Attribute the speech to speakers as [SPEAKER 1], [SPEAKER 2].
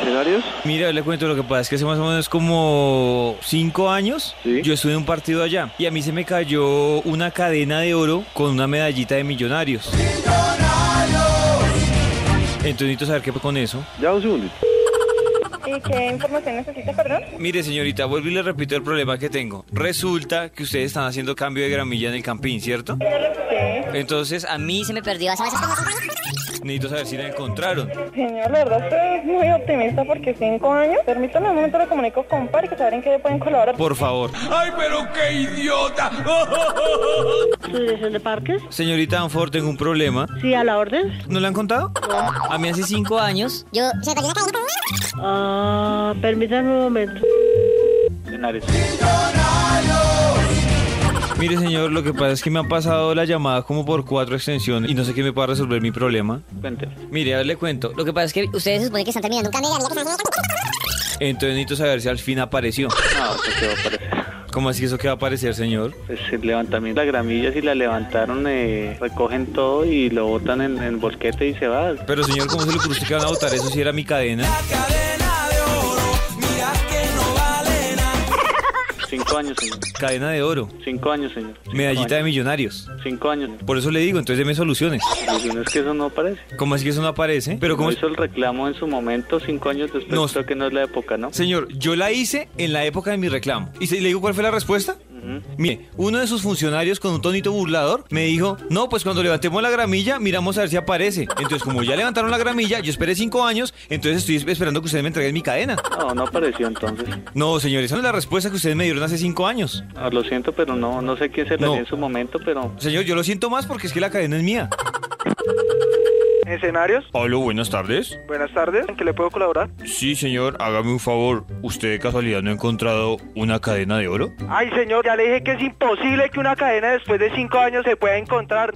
[SPEAKER 1] escenarios?
[SPEAKER 2] Mira, le cuento lo que pasa, es que hace más o menos como cinco años
[SPEAKER 1] Sí.
[SPEAKER 2] yo estuve en un partido allá y a mí se me cayó una cadena de oro con una medallita de millonarios. Entonces necesito saber qué fue con eso.
[SPEAKER 1] Ya un segundito.
[SPEAKER 3] ¿Y qué información necesita, perdón?
[SPEAKER 2] Mire, señorita, vuelvo y le repito el problema que tengo. Resulta que ustedes están haciendo cambio de gramilla en el campín, ¿cierto?
[SPEAKER 3] Sí,
[SPEAKER 2] Entonces a mí
[SPEAKER 4] Y se me perdió hace
[SPEAKER 2] necesito saber si la encontraron.
[SPEAKER 3] señor, la verdad estoy muy optimista porque cinco años. Permítame un momento, lo comunico con par y que sabrán en qué le pueden colaborar.
[SPEAKER 2] Por favor.
[SPEAKER 5] ¡Ay, pero qué idiota!
[SPEAKER 6] ¿Estudiación de parques?
[SPEAKER 2] Señorita Anford, tengo un problema.
[SPEAKER 6] Sí, a la orden.
[SPEAKER 2] ¿No le han contado? A mí hace cinco años
[SPEAKER 4] Yo se me perdió una cadena.
[SPEAKER 6] Ah, permítanme un momento.
[SPEAKER 2] Mire, señor, lo que pasa es que me han pasado la llamada como por cuatro extensiones y no sé qué me pueda resolver mi problema. Mire, a ver, le cuento. Lo que pasa es que
[SPEAKER 4] Ustedes se supone que están terminando un cambio de gramilla que están haciendo.
[SPEAKER 2] entonces necesito saber si al fin apareció.
[SPEAKER 1] Ah, o sea, ¿qué va a aparecer?
[SPEAKER 2] ¿Cómo así que eso que va a aparecer, señor?
[SPEAKER 1] Pues el levantamiento, la gramilla, si la levantaron, eh, recogen todo y lo botan en, en bolquete y se va.
[SPEAKER 2] Pero, señor, ¿cómo se le ocurrió a usted que van a votar eso si era mi cadena?
[SPEAKER 1] Cinco años, señor.
[SPEAKER 2] Cadena de oro,
[SPEAKER 1] Cinco años, señor. Cinco
[SPEAKER 2] medallita de
[SPEAKER 1] años.
[SPEAKER 2] millonarios.
[SPEAKER 1] Cinco años. señor.
[SPEAKER 2] Por eso le digo, entonces deme soluciones.
[SPEAKER 1] Dicen, es que eso no aparece.
[SPEAKER 2] ¿Cómo así que eso no aparece? Pero, ¿cómo
[SPEAKER 1] No
[SPEAKER 2] es?
[SPEAKER 1] hizo el reclamo en su momento, cinco años después,
[SPEAKER 2] No.
[SPEAKER 1] creo que no es la época, ¿no?
[SPEAKER 2] Señor, yo la hice en la época de mi reclamo. ¿Y se- le digo cuál fue la respuesta?
[SPEAKER 1] Ujú.
[SPEAKER 2] Mire, uno de sus funcionarios con un tonito burlador me dijo, no, pues cuando levantemos la gramilla, miramos a ver si aparece. Entonces, como ya levantaron la gramilla, yo esperé cinco años, entonces estoy esperando que ustedes me entreguen mi cadena.
[SPEAKER 1] No, no apareció entonces.
[SPEAKER 2] No, señor, esa no es la respuesta que ustedes me dieron hace cinco años.
[SPEAKER 1] Ah, lo siento, pero no, no sé quién se la
[SPEAKER 2] No.
[SPEAKER 1] dio en su momento, pero...
[SPEAKER 2] Señor, yo lo siento más porque es que la cadena es mía.
[SPEAKER 7] ¿Escenarios?
[SPEAKER 2] Pablo, buenas tardes.
[SPEAKER 7] Buenas tardes, ¿en qué le puedo colaborar?
[SPEAKER 2] Sí, señor, hágame un favor. ¿Usted de casualidad no ha encontrado una cadena de oro?
[SPEAKER 7] Ay, señor, ya le dije que es imposible que una cadena después de cinco años se pueda encontrar.